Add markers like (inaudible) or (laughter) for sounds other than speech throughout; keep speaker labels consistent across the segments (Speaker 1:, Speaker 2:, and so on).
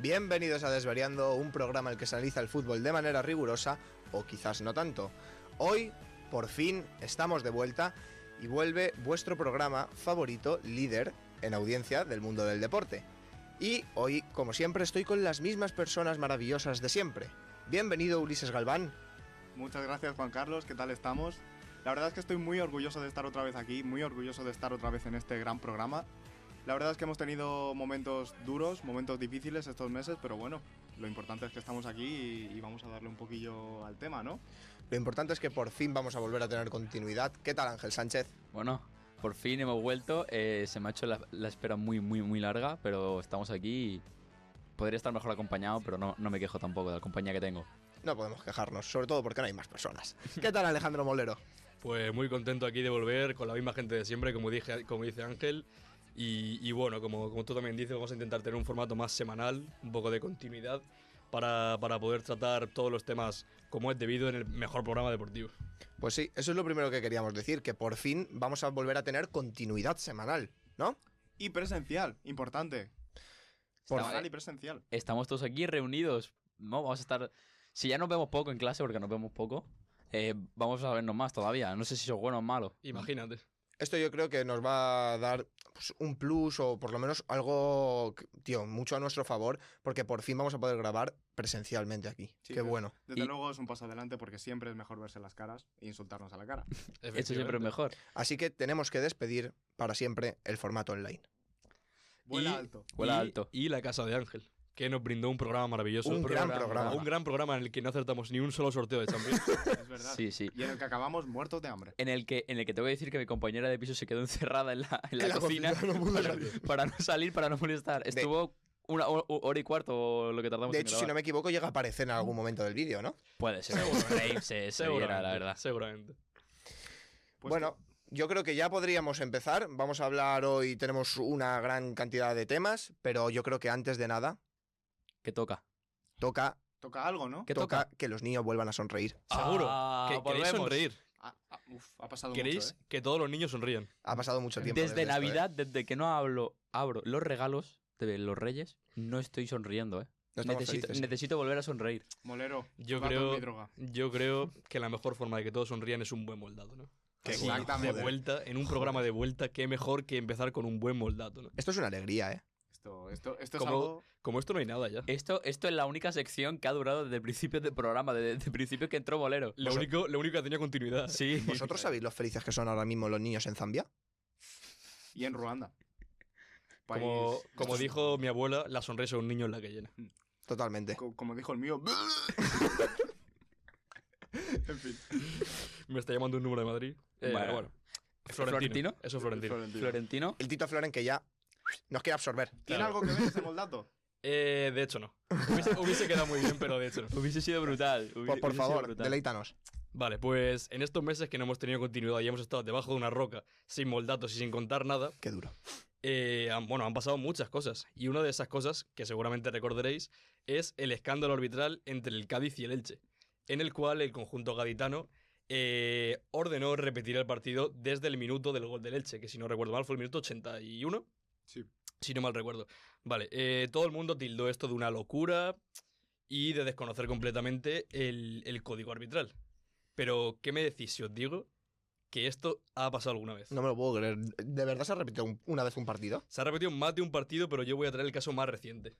Speaker 1: Bienvenidos a Desvariando, un programa en el que se analiza el fútbol de manera rigurosa o quizás no tanto. Hoy, por fin, estamos de vuelta y vuelve vuestro programa favorito, líder en audiencia del mundo del deporte. Y hoy, como siempre, estoy con las mismas personas maravillosas de siempre. Bienvenido Ulises Galván.
Speaker 2: Muchas gracias Juan Carlos, ¿qué tal estamos? La verdad es que estoy muy orgulloso de estar otra vez aquí, muy orgulloso de estar otra vez en este gran programa. La verdad es que hemos tenido momentos duros, momentos difíciles estos meses, pero bueno, lo importante es que estamos aquí y, y vamos a darle un poquillo al tema, ¿no?
Speaker 1: Lo importante es que por fin vamos a volver a tener continuidad. ¿Qué tal Ángel Sánchez?
Speaker 3: Bueno, por fin hemos vuelto. eh, se me ha hecho la, la espera muy, muy, muy larga, pero estamos aquí y podría estar mejor acompañado, pero no, no me quejo tampoco de la compañía que tengo.
Speaker 1: No podemos quejarnos, sobre todo porque no hay más personas. ¿Qué tal Alejandro Molero?
Speaker 4: Pues muy contento aquí de volver con la misma gente de siempre, como, dije, como dice Ángel. Y, y bueno, como, como tú también dices, vamos a intentar tener un formato más semanal, un poco de continuidad, para, para poder tratar todos los temas como es debido en el mejor programa deportivo.
Speaker 1: Pues sí, eso es lo primero que queríamos decir, que por fin vamos a volver a tener continuidad semanal, ¿no?
Speaker 2: Y presencial, importante.
Speaker 3: Por
Speaker 2: Semanal
Speaker 3: fa-
Speaker 2: y presencial.
Speaker 3: Estamos todos aquí reunidos. No, vamos a estar. Si ya nos vemos poco en clase, porque nos vemos poco, eh, vamos a vernos más todavía. No sé si eso es bueno o malo.
Speaker 4: Imagínate.
Speaker 3: Este
Speaker 1: Esto yo creo que nos va a dar pues, un plus o por lo menos algo, tío, mucho a nuestro favor, porque por fin vamos a poder grabar presencialmente aquí.
Speaker 2: Sí,
Speaker 1: Qué
Speaker 2: desde-
Speaker 1: bueno.
Speaker 2: Desde
Speaker 3: Y-
Speaker 2: luego es un paso adelante porque siempre es mejor verse las caras e insultarnos a la cara.
Speaker 3: Esto siempre es mejor.
Speaker 1: Así que tenemos que despedir para siempre el formato online.
Speaker 2: Vuela
Speaker 4: Y-
Speaker 2: alto.
Speaker 3: Huela
Speaker 4: y,
Speaker 3: alto.
Speaker 4: Y la casa de Ángel, que nos brindó un programa maravilloso.
Speaker 1: Un gran programa.
Speaker 4: Un gran programa en el que no acertamos ni un solo sorteo de
Speaker 3: (laughs)
Speaker 4: Champions.
Speaker 2: Es verdad.
Speaker 3: Sí, sí.
Speaker 2: Y en el que acabamos muertos de hambre.
Speaker 3: En el, que, en el que tengo que decir que mi compañera de piso se quedó encerrada en la, en la
Speaker 1: En la
Speaker 3: cocina,
Speaker 1: cocina, no pudo
Speaker 3: para,
Speaker 1: salir.
Speaker 3: para no salir, para no molestar. Estuvo una ho- hora y cuarto o lo que tardamos
Speaker 1: De
Speaker 3: en
Speaker 1: hecho, si no
Speaker 3: grabar. Mm.
Speaker 1: me equivoco, llega a aparecer en algún momento del vídeo, ¿no?
Speaker 3: Puede ser.
Speaker 1: (laughs)
Speaker 3: un rave se, se viera, la verdad.
Speaker 4: Seguramente.
Speaker 2: Pues
Speaker 1: bueno, yo creo que ya podríamos empezar. Vamos a hablar hoy, tenemos una gran cantidad de temas, pero yo creo que antes de nada
Speaker 3: ¿Qué toca?
Speaker 1: toca,
Speaker 2: Toca algo, ¿no?
Speaker 3: ¿Qué
Speaker 1: toca
Speaker 3: toca?
Speaker 1: que los niños vuelvan a sonreír.
Speaker 4: Seguro.
Speaker 3: Ah,
Speaker 4: que, queréis
Speaker 3: volvemos.
Speaker 4: sonreír.
Speaker 2: Ah, ah, uf, ha pasado
Speaker 4: Queréis
Speaker 2: mucho, ¿eh?
Speaker 4: que todos los niños sonrían.
Speaker 1: Ha pasado mucho tiempo. esto,
Speaker 3: Desde
Speaker 1: ¿eh?
Speaker 3: Navidad, desde que no hablo, abro los regalos de los Reyes, no estoy sonriendo, ¿eh?
Speaker 1: No estamos
Speaker 3: necesito,
Speaker 1: felices.
Speaker 3: necesito volver a sonreír.
Speaker 2: Molero,
Speaker 4: Yo
Speaker 2: va con mi
Speaker 4: creo,
Speaker 2: droga.
Speaker 4: yo creo que la mejor forma de que todos sonrían es un buen moldado, ¿no?
Speaker 1: Qué
Speaker 4: Así,
Speaker 2: guay,
Speaker 4: de
Speaker 2: joder.
Speaker 4: vuelta, en un programa de vuelta, qué mejor que empezar con un buen moldado, ¿no?
Speaker 1: Esto es una alegría,
Speaker 3: (laughs)
Speaker 1: ¿eh?
Speaker 2: Esto, esto, esto es
Speaker 4: Como,
Speaker 2: algo...
Speaker 4: como esto no hay nada ya.
Speaker 3: Esto, esto es la única sección que ha durado desde el principio del programa, desde, desde el principio que entró Bolero.
Speaker 4: Lo único, lo único que tenía continuidad.
Speaker 3: Sí.
Speaker 1: ¿Vosotros sabéis los felices que son ahora mismo los niños en Zambia?
Speaker 2: Y en Ruanda. País-
Speaker 4: Como, como
Speaker 2: Esto-
Speaker 4: dijo mi abuela, la sonrisa de un niño es la que llena.
Speaker 1: Totalmente.
Speaker 2: co- como dijo el
Speaker 4: (laughs)
Speaker 2: mío. en fin.
Speaker 4: Me está llamando un número de Madrid. Eh,
Speaker 3: Vale.
Speaker 4: bueno.
Speaker 3: ¿Florentino?
Speaker 4: Eso es
Speaker 1: (laughs)
Speaker 4: Florentino.
Speaker 2: Florentino.
Speaker 3: Florentino.
Speaker 1: El Tito Floren que ya nos quiere absorber.
Speaker 2: ¿Tiene
Speaker 4: Claro.
Speaker 2: algo que ver ese moldato?
Speaker 4: Eh, de hecho, no. Hubiese, hubiese quedado muy bien, pero de hecho no.
Speaker 3: Hubiese sido brutal. hubi-
Speaker 1: Por, por
Speaker 3: hubiese sido
Speaker 1: favor,
Speaker 3: brutal.
Speaker 1: deleítanos.
Speaker 4: Vale, pues en estos meses que no hemos tenido continuidad y hemos estado debajo de una roca, sin moldatos y sin contar nada,
Speaker 1: Qué duro.
Speaker 4: eh, han- bueno, han pasado muchas cosas. Y una de esas cosas, que seguramente recordaréis, es el escándalo arbitral entre el Cádiz y el Elche, en el cual el conjunto gaditano eh, ordenó repetir el partido desde el minuto del gol del Elche, que si no recuerdo mal fue el minuto 81.
Speaker 2: Sí.
Speaker 4: Si no mal recuerdo. Vale, eh, todo el mundo tildó esto de una locura y de desconocer completamente el, el código arbitral. Pero, ¿qué me decís si os digo que esto ha pasado alguna vez?
Speaker 1: No me lo puedo creer. ¿De verdad se ha repetido un- una vez un partido?
Speaker 4: Se ha repetido más de un partido, pero yo voy a traer el caso más reciente.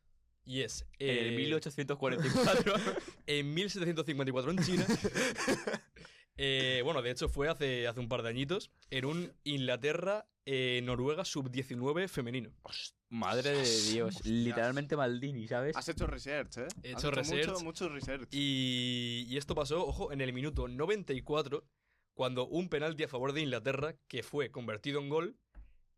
Speaker 4: Y es.
Speaker 3: En
Speaker 4: eh,
Speaker 3: el 1844.
Speaker 4: (laughs) en 1754 en China. Eh, bueno, de hecho fue hace, hace un par de añitos. En un eh, Inglaterra-Noruega sub-19 femenino.
Speaker 1: (laughs)
Speaker 3: Madre de Dios. Literalmente Maldini, ¿sabes?
Speaker 2: Has hecho research, ¿eh?
Speaker 4: He
Speaker 2: Has
Speaker 4: hecho research.
Speaker 2: Mucho, mucho research.
Speaker 4: Y, y esto pasó, ojo, en el minuto 94, cuando un penalti a favor de Inglaterra, que fue convertido en gol,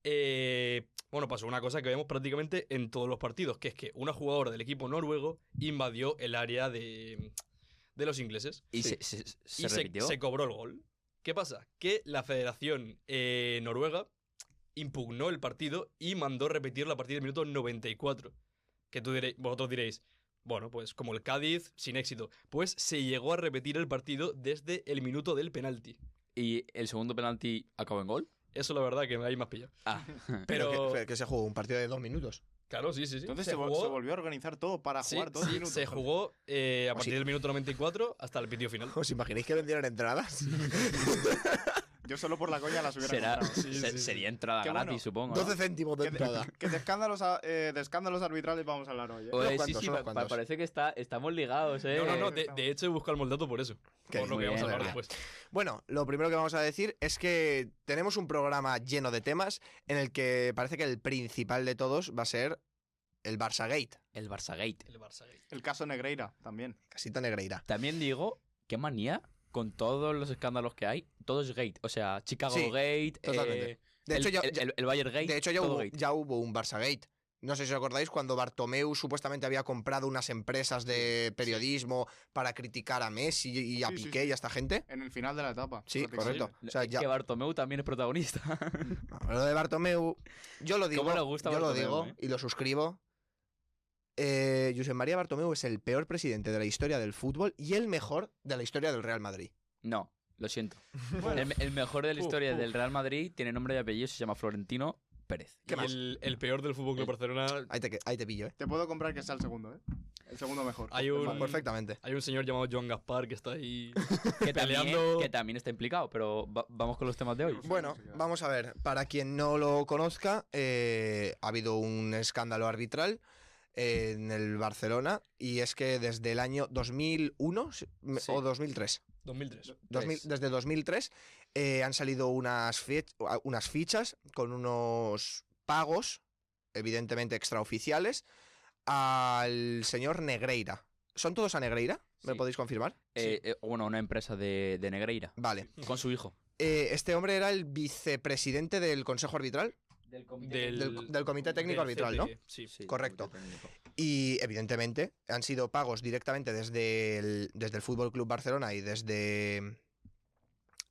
Speaker 4: eh, bueno, pasó una cosa que vemos prácticamente en todos los partidos, que es que una jugadora del equipo noruego invadió el área de, de los ingleses
Speaker 3: Y
Speaker 4: Sí.
Speaker 3: se, se- se
Speaker 4: y se,
Speaker 3: repitió.
Speaker 4: se cobró el gol. ¿Qué pasa? Que la Federación eh, Noruega impugnó el partido y mandó repetir la partida del minuto 94. Que tú diré- vosotros diréis, bueno, pues como el Cádiz, sin éxito. Pues se llegó a repetir el partido desde el minuto del penalti.
Speaker 3: Y el segundo penalti acabó en gol.
Speaker 1: (laughs)
Speaker 4: Eso la verdad que me habéis más pillado.
Speaker 3: Ah,
Speaker 4: Pero,
Speaker 1: que, que se jugó un partido de dos minutos.
Speaker 4: Claro, sí, sí, sí.
Speaker 2: Entonces se, vol- se volvió a organizar todo para
Speaker 4: sí,
Speaker 2: jugar dos
Speaker 4: sí,
Speaker 2: minutos.
Speaker 4: se jugó eh, a
Speaker 1: Pues
Speaker 4: partir
Speaker 1: sí.
Speaker 4: del minuto 94 hasta el vídeo final.
Speaker 1: ¿Os imagináis que vendieran
Speaker 3: (laughs)
Speaker 1: entradas?
Speaker 2: Yo solo por la coña las hubiera
Speaker 3: Será,
Speaker 2: comprado.
Speaker 4: Sí,
Speaker 3: se-
Speaker 4: sí,
Speaker 3: sería entrada
Speaker 2: Qué
Speaker 3: gratis,
Speaker 2: bueno.
Speaker 3: supongo. ¿no?
Speaker 1: 12 céntimos de
Speaker 2: Que
Speaker 1: entrada.
Speaker 2: de, que de escándalos, a- eh, de escándalos arbitrales vamos a hablar hoy. ¿eh?
Speaker 4: Pues-
Speaker 3: Oye,
Speaker 1: unos
Speaker 3: sí,
Speaker 1: cuantos,
Speaker 3: sí,
Speaker 1: unos
Speaker 3: pa- pa-
Speaker 1: cuantos.
Speaker 3: parece que está, estamos ligados, ¿eh?
Speaker 4: No, no, no.
Speaker 2: Eh,
Speaker 4: De, de hecho, buscamos el dato por eso.
Speaker 1: Que
Speaker 4: por lo
Speaker 3: muy
Speaker 4: que vamos a
Speaker 3: bien,
Speaker 4: hablar
Speaker 1: verdad.
Speaker 4: después.
Speaker 1: Bueno, lo primero que vamos a decir es que tenemos un programa lleno de temas en el que parece que el principal de todos va a ser el Barça Gate.
Speaker 3: El Barça Gate.
Speaker 4: El Barça Gate.
Speaker 2: El caso Negreira también.
Speaker 1: Casita Negreira.
Speaker 3: También digo, qué manía con todos los escándalos que hay, todos Gate. O sea, Chicago
Speaker 1: Sí,
Speaker 3: Gate,
Speaker 1: totalmente.
Speaker 3: eh,
Speaker 1: De
Speaker 3: el,
Speaker 1: hecho, ya,
Speaker 3: el-
Speaker 1: ya-
Speaker 3: el- el Bayern Gate.
Speaker 1: de hecho, ya
Speaker 3: todo
Speaker 1: hubo,
Speaker 3: Gate.
Speaker 1: ya hubo un Barça Gate. No sé si os acordáis cuando Bartomeu supuestamente había comprado unas empresas de periodismo para criticar a Messi y a
Speaker 2: Sí, sí,
Speaker 1: Piqué
Speaker 2: sí.
Speaker 1: y a esta gente.
Speaker 2: En el final de la etapa.
Speaker 1: Sí,
Speaker 2: prácticamente.
Speaker 1: correcto. O sea,
Speaker 3: Es
Speaker 1: ya-
Speaker 3: que Bartomeu también es protagonista.
Speaker 1: Lo de Bartomeu, yo lo digo,
Speaker 3: ¿Cómo le gusta
Speaker 1: yo lo
Speaker 3: Bartomeu,
Speaker 1: digo
Speaker 3: eh?
Speaker 1: y lo suscribo. Eh, Josep María Bartomeu es el peor presidente de la historia del fútbol y el mejor de la historia del Real Madrid.
Speaker 3: no, lo siento. el, el mejor de la
Speaker 4: Uf,
Speaker 3: historia
Speaker 4: uf.
Speaker 3: del Real Madrid tiene nombre y apellido, se llama Florentino Pérez.
Speaker 1: ¿Qué
Speaker 4: y
Speaker 1: más? Eh,
Speaker 4: El, el peor del Fútbol Club Barcelona.
Speaker 1: Ahí te, ahí te pillo, ¿eh?
Speaker 2: Te puedo comprar que sea el segundo, ¿eh? El segundo mejor.
Speaker 4: Hay
Speaker 2: El
Speaker 4: un-
Speaker 2: Madrid.
Speaker 1: Perfectamente.
Speaker 4: Hay un señor llamado John Gaspar que
Speaker 1: (laughs)
Speaker 4: está ahí.
Speaker 3: Que también,
Speaker 4: Peleando-
Speaker 3: que también está implicado, pero va- vamos con los temas de hoy.
Speaker 2: Pues Sí,
Speaker 1: Bueno,
Speaker 2: sí, claro.
Speaker 1: vamos a ver. Para quien no lo conozca, eh, ha habido un escándalo arbitral eh, en el Barcelona y es que desde el año 2001 si- me-
Speaker 3: Sí.
Speaker 1: o 2003.
Speaker 4: 2003.
Speaker 1: 2000
Speaker 3: Tres.
Speaker 1: desde 2003 eh, han salido unas, fie- a- unas fichas con unos pagos, evidentemente extraoficiales, al señor Negreira. ¿Son todos a Negreira? ¿Me
Speaker 3: Sí.
Speaker 1: podéis confirmar?
Speaker 3: Eh, eh, bueno, una empresa de, de Negreira,
Speaker 1: Vale.
Speaker 3: con su hijo.
Speaker 1: Eh, este hombre era el vicepresidente del Consejo Arbitral,
Speaker 3: Del
Speaker 4: Del-
Speaker 1: del, del Comité Técnico
Speaker 4: del
Speaker 1: Arbitral, ¿no?
Speaker 4: CTE, Sí.
Speaker 1: Correcto. Y evidentemente han sido pagos directamente desde el, desde el Fútbol Club Barcelona y desde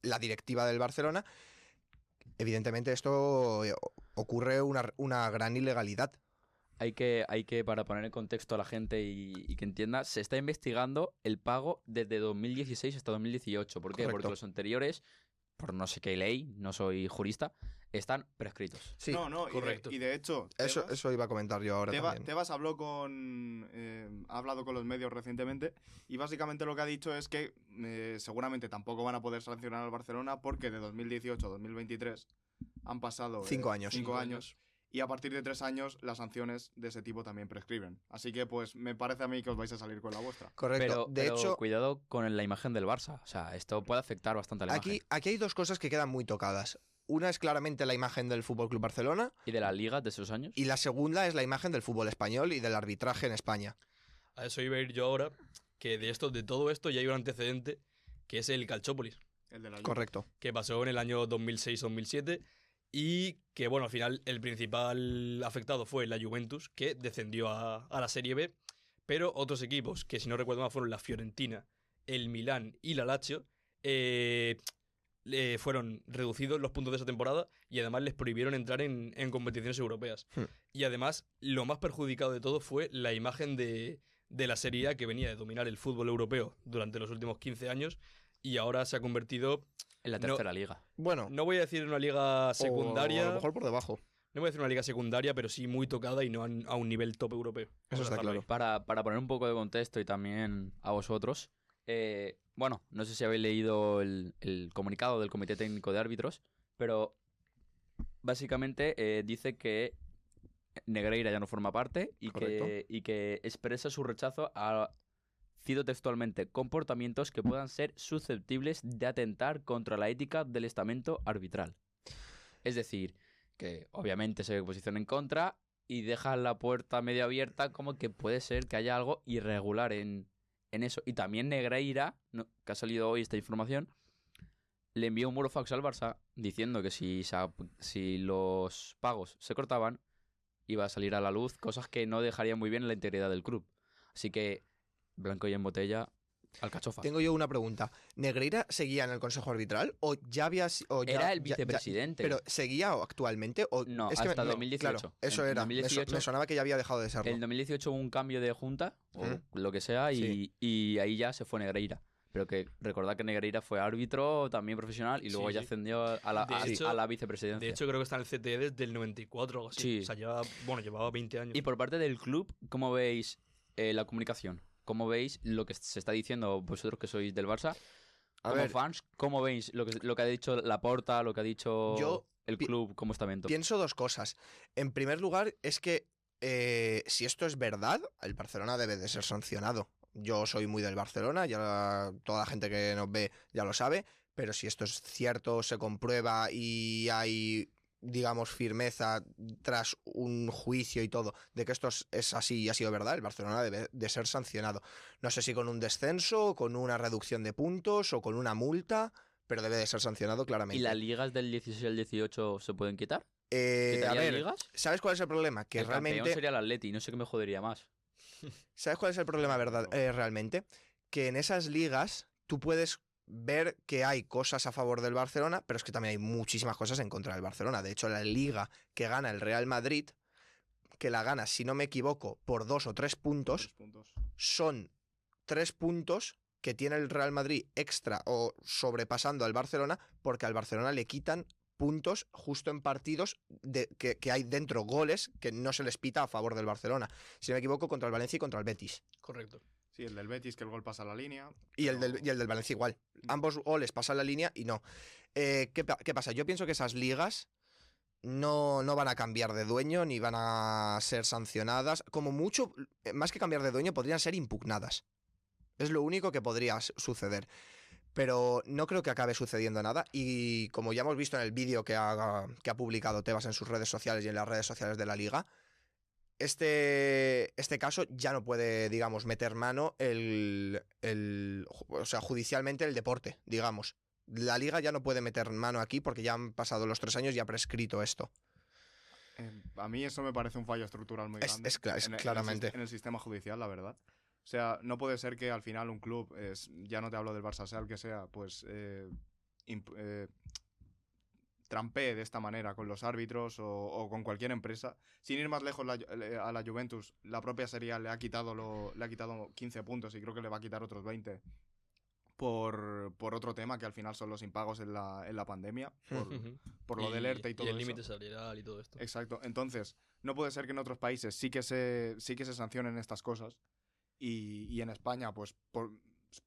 Speaker 1: la directiva del Barcelona. Evidentemente esto eh, o- ocurre una, una gran ilegalidad.
Speaker 3: Hay que, hay que, para poner en contexto a la gente y, y que entienda, se está investigando el pago desde 2016 hasta 2018. ¿Por qué?
Speaker 1: Correcto.
Speaker 3: Porque los anteriores, por no sé qué ley, no soy jurista, están prescritos.
Speaker 1: Sí,
Speaker 2: no, no, y de-
Speaker 4: correcto.
Speaker 2: Y de, hecho,
Speaker 1: eso,
Speaker 2: Tebas-
Speaker 1: eso iba a comentar yo ahora
Speaker 2: Teba-
Speaker 1: también.
Speaker 2: Tebas habló con. eh, ha hablado con los medios recientemente y básicamente lo que ha dicho es que eh, seguramente tampoco van a poder sancionar al Barcelona porque de 2018 a 2023 han pasado. eh,
Speaker 1: Cinco años.
Speaker 2: Cinco años. Y a partir de tres años las sanciones de ese tipo también prescriben. Así que, pues, me parece a mí que os vais a salir con la vuestra.
Speaker 1: Correcto.
Speaker 3: Pero,
Speaker 1: de
Speaker 3: pero
Speaker 1: hecho,
Speaker 3: cuidado con la imagen del Barça. O sea, esto puede afectar bastante a la
Speaker 1: aquí,
Speaker 3: imagen.
Speaker 1: aquí hay dos cosas que quedan muy tocadas. Una es claramente la imagen del Fútbol Club Barcelona
Speaker 3: ¿Y de la liga de esos años?
Speaker 1: y la segunda es la imagen del fútbol español y del arbitraje en España.
Speaker 4: A eso iba a ir yo ahora. Que de esto, de todo esto, ya hay un antecedente que es el Calchópolis.
Speaker 2: El de la Juve.
Speaker 1: Correcto.
Speaker 4: que pasó en el año 2006-2007 y que, bueno, al final el principal afectado fue la Juventus, que descendió a, a la Serie B, pero otros equipos, que si no recuerdo mal fueron la Fiorentina, el Milán y la Lazio, eh, le fueron reducidos los puntos de esa temporada y además les prohibieron entrar en, en competiciones europeas.
Speaker 1: Hmm.
Speaker 4: Y además, lo más perjudicado de todo fue la imagen de, de la Serie A que venía de dominar el fútbol europeo durante los últimos 15 años y ahora se ha convertido
Speaker 3: En la
Speaker 4: no.
Speaker 3: tercera liga.
Speaker 1: Bueno,
Speaker 4: no voy a decir una liga
Speaker 1: o
Speaker 4: secundaria.
Speaker 1: a lo mejor por debajo.
Speaker 4: No voy a decir una liga secundaria, pero sí muy tocada y no an- a un nivel top europeo.
Speaker 1: Eso
Speaker 4: Vamos a
Speaker 1: está
Speaker 4: dejarlo
Speaker 1: claro.
Speaker 4: ahí.
Speaker 3: Para, para poner un poco de contexto y también a vosotros, eh, bueno, no sé si habéis leído el, el comunicado del Comité Técnico de Árbitros, pero básicamente eh, dice que Negreira ya no forma parte y que,
Speaker 1: Correcto.
Speaker 3: y que expresa su rechazo a, cito textualmente, comportamientos que puedan ser susceptibles de atentar contra la ética del estamento arbitral. Es decir, que obviamente se posiciona en contra y deja la puerta medio abierta como que puede ser que haya algo irregular en, en eso. Y también Negreira, no- que ha salido hoy esta información, le envió un muro fax al Barça diciendo que si, se ap- si los pagos se cortaban, iba a salir a la luz cosas que no dejarían muy bien la integridad del club. Así que, blanco y en botella, al cachofa.
Speaker 1: Tengo yo una pregunta. ¿Negreira seguía en el Consejo Arbitral o ya había si- o ya-
Speaker 3: Era el
Speaker 1: ya- ya-
Speaker 3: vicepresidente.
Speaker 1: pero seguía o actualmente o
Speaker 3: No,
Speaker 1: me-
Speaker 3: hasta 2018.
Speaker 1: claro, eso
Speaker 3: En
Speaker 1: era. me so-
Speaker 3: 2018
Speaker 1: Me, sonaba que ya había dejado de serlo.
Speaker 3: En 2018 hubo un cambio de junta, o
Speaker 1: Ujú.
Speaker 3: lo que sea, y,
Speaker 1: Sí.
Speaker 3: y ahí ya se fue Negreira. Pero que recordad que Negreira fue árbitro también profesional y luego
Speaker 4: Sí,
Speaker 3: ya
Speaker 4: sí.
Speaker 3: ascendió a la,
Speaker 4: De
Speaker 3: a-
Speaker 4: hecho-
Speaker 3: a la vicepresidencia.
Speaker 4: De hecho, creo que está en el CTE desde el 94 o algo así.
Speaker 3: Sí.
Speaker 4: O sea, llevaba, bueno, llevaba 20 años.
Speaker 3: Y por parte del club, ¿cómo veis eh, la comunicación? ¿Cómo veis lo que se está diciendo vosotros que sois del Barça?
Speaker 1: A
Speaker 3: como
Speaker 1: ver.
Speaker 3: fans, ¿cómo veis lo que, lo que ha dicho Laporta, lo que ha dicho
Speaker 1: Yo
Speaker 3: el
Speaker 1: pi-
Speaker 3: club como estamento?
Speaker 1: Pienso dos cosas. En primer lugar, es que eh, si esto es verdad, el Barcelona debe de ser sancionado. Yo soy muy del Barcelona, ya toda la gente que nos ve ya lo sabe, pero si esto es cierto, se comprueba y hay, digamos, firmeza tras un juicio y todo, de que esto es, es así y ha sido verdad, el Barcelona debe de ser sancionado. No sé si con un descenso, o con una reducción de puntos o con una multa, pero debe de ser sancionado claramente.
Speaker 3: ¿Y las ligas del 16 al 18 se pueden quitar?
Speaker 1: Eh, a
Speaker 3: ¿Quitarían
Speaker 1: ver,
Speaker 3: ligas?
Speaker 1: ¿Sabes cuál es el problema? Que
Speaker 3: el campeón
Speaker 1: realmente.
Speaker 3: sería el Atleti, no sé qué me jodería más.
Speaker 1: ¿Sabes cuál es el problema verdad, eh, realmente? Que en esas ligas tú puedes ver que hay cosas a favor del Barcelona, pero es que también hay muchísimas cosas en contra del Barcelona. De hecho, la liga que gana el Real Madrid, que la gana, si no me equivoco, por dos o tres puntos,
Speaker 2: Tres puntos.
Speaker 1: son tres puntos que tiene el Real Madrid extra o sobrepasando al Barcelona, porque al Barcelona le quitan puntos justo en partidos de- que, que hay dentro goles que no se les pita a favor del Barcelona. Si no me equivoco, contra el Valencia y contra el Betis.
Speaker 4: Correcto.
Speaker 2: Sí, el del Betis, que el gol pasa a la línea.
Speaker 1: Y el del,
Speaker 2: Pero-
Speaker 1: y el del Valencia igual. Ambos goles pasan la línea y no. Eh, ¿qué, pa- qué pasa? Yo pienso que esas ligas no, no van a cambiar de dueño ni van a ser sancionadas. Como mucho, eh, más que cambiar de dueño, podrían ser impugnadas. Es lo único que podría s- suceder. Pero no creo que acabe sucediendo nada. Y como ya hemos visto en el vídeo que ha, que ha publicado Tebas en sus redes sociales y en las redes sociales de la liga, este, este caso ya no puede, digamos, meter mano el, el- ju- O sea, judicialmente el deporte, digamos. La liga ya no puede meter mano aquí porque ya han pasado los tres años y ha prescrito esto.
Speaker 2: Eh, a mí eso me parece un fallo estructural muy
Speaker 1: Es-
Speaker 2: grande.
Speaker 1: es cla- es
Speaker 2: en el- en el sis-
Speaker 1: claramente.
Speaker 2: En el, sistema judicial, la verdad. O sea, no puede ser que al final un club, es, ya no te hablo del Barça, sea el que sea, pues eh, imp- eh, trampee de esta manera con los árbitros o, o con cualquier empresa. Sin ir más lejos la Ju- le- a la Juventus, la propia Serie A le ha quitado, lo, le ha quitado 15 puntos y creo que le va a quitar otros 20 por, por otro tema que al final son los impagos en la, en la pandemia,
Speaker 4: (laughs)
Speaker 2: por,
Speaker 4: Ujú.
Speaker 2: por lo del ERTE y todo
Speaker 4: Y el
Speaker 2: eso.
Speaker 4: límite salarial y todo esto.
Speaker 2: Exacto. Entonces, no puede ser que en otros países sí que se, sí que se sancionen estas cosas. Y, y en España, pues, por,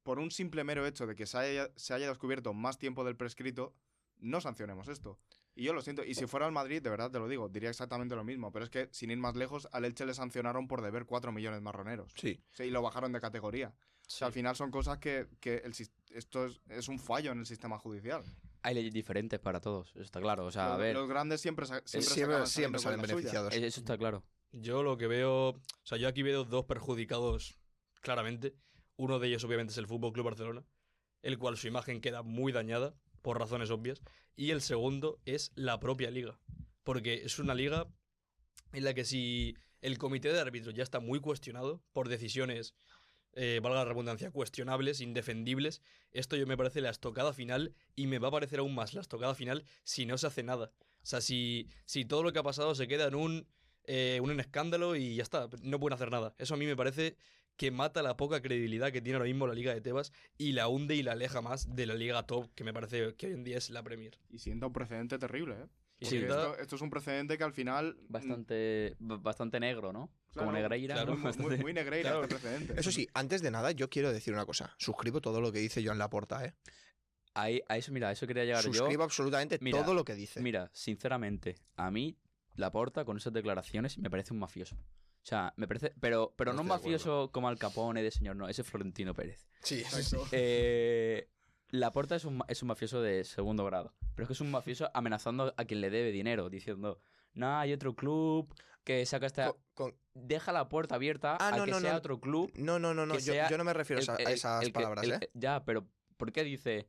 Speaker 2: por un simple mero hecho de que se haya, se haya descubierto más tiempo del prescrito, no sancionemos esto. Y yo lo siento. Y si fuera al Madrid, de verdad te lo digo, diría exactamente lo mismo. Pero es que, sin ir más lejos, al Elche le sancionaron por deber 4 millones marroneros.
Speaker 1: Sí.
Speaker 2: Sí, y lo bajaron de categoría. O sea, al final son cosas que, que el sis- esto es, es un fallo en el sistema judicial.
Speaker 3: Hay leyes diferentes para todos, está claro. O sea, a
Speaker 2: Los-
Speaker 3: ver,
Speaker 2: los grandes siempre, sa- siempre, se
Speaker 1: Siempre,
Speaker 2: acaban
Speaker 1: siempre salen
Speaker 2: saliendo con la suya.
Speaker 1: beneficiados.
Speaker 3: eso está claro.
Speaker 4: Yo lo que veo, o sea, yo aquí veo dos perjudicados claramente. Uno de ellos obviamente es el Fútbol Club Barcelona, el cual su imagen queda muy dañada por razones obvias, y el segundo es la propia liga, porque es una liga en la que si el comité de árbitros ya está muy cuestionado por decisiones eh, valga la redundancia, cuestionables, indefendibles. Esto yo me parece la estocada final y me va a parecer aún más la estocada final si no se hace nada. O sea, si, si todo lo que ha pasado se queda en un, eh, un escándalo y ya está, no pueden hacer nada. Eso a mí me parece que mata la poca credibilidad que tiene ahora mismo la Liga de Tebas y la hunde y la aleja más de la Liga Top, que me parece que hoy en día es la Premier.
Speaker 2: Y sienta un precedente terrible, ¿eh?
Speaker 4: Y
Speaker 3: Sí,
Speaker 2: Porque
Speaker 4: sienta-
Speaker 2: esto, esto es un precedente que al final. mm,
Speaker 3: Bastante, ba- bastante negro, ¿no?
Speaker 2: claro,
Speaker 3: como Negreira.
Speaker 4: claro,
Speaker 3: ¿no?
Speaker 2: muy- muy, muy,
Speaker 3: Bastante-
Speaker 2: negreira
Speaker 4: Claro.
Speaker 2: este precedente.
Speaker 1: Eso sí, antes de nada, yo quiero decir una cosa. Suscribo todo lo que dice Joan Laporta, ¿eh?
Speaker 3: Ahí- a eso, mira, a eso quería llegar yo.
Speaker 1: Suscribo absolutamente
Speaker 3: Mira,
Speaker 1: todo lo que dice.
Speaker 3: Mira, sinceramente, a mí Laporta con esas declaraciones me parece un mafioso. O sea, me parece, pero, pero
Speaker 1: No
Speaker 3: no un
Speaker 1: estoy de acuerdo. Oh.
Speaker 3: mafioso como Al Capone de señor, no, ese Florentino Pérez.
Speaker 1: sí,
Speaker 3: Eh, Laporta es un, ma- es un mafioso de segundo grado, pero es que es un mafioso amenazando a quien le debe dinero, diciendo, no, hay otro club que saca esta...
Speaker 1: Con- con-
Speaker 3: Deja la puerta abierta
Speaker 1: Ah,
Speaker 3: a
Speaker 1: no,
Speaker 3: que
Speaker 1: no,
Speaker 3: sea
Speaker 1: no.
Speaker 3: otro club
Speaker 1: no, no, no, no.
Speaker 3: Que
Speaker 1: Yo,
Speaker 3: sea
Speaker 1: yo no me refiero a
Speaker 3: el-
Speaker 1: esa-
Speaker 3: el-
Speaker 1: a
Speaker 3: el
Speaker 1: esas
Speaker 3: que-
Speaker 1: palabras,
Speaker 3: el-
Speaker 1: ¿eh?
Speaker 3: Ya, pero ¿por qué dice